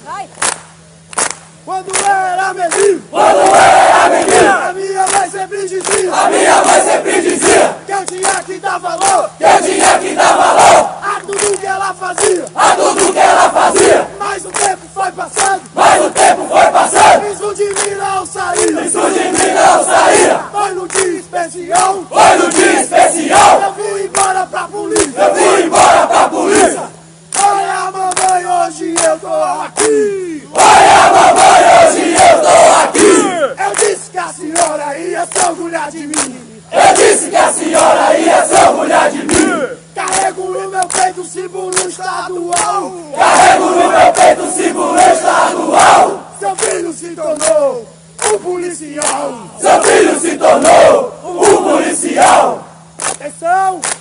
Vai. Quando era menino, Quando era menino, a minha mãe sempre dizia a minha mãe sempre dizia que eu tinha que dar valor que eu tinha que dar valor a tudo que ela fazia. a tudo que ela fazia. Mas o tempo foi passando, Mas o tempo foi passando, isso de mim não saía. isso de mim não saía. Foi no dia especial, Foi no dia especial, eu fui embora pra polícia. eu fui embora pra polícia. Olha, mamãe, hoje eu tô aqui. Olha, mamãe, hoje eu tô aqui. Eu disse que a senhora ia se orgulhar de mim. Eu disse que a senhora ia se orgulhar de mim. Carrego no meu peito o símbolo estadual. Carrego no meu peito o símbolo estadual. Seu filho se tornou um policial. Seu filho se tornou um policial. Atenção!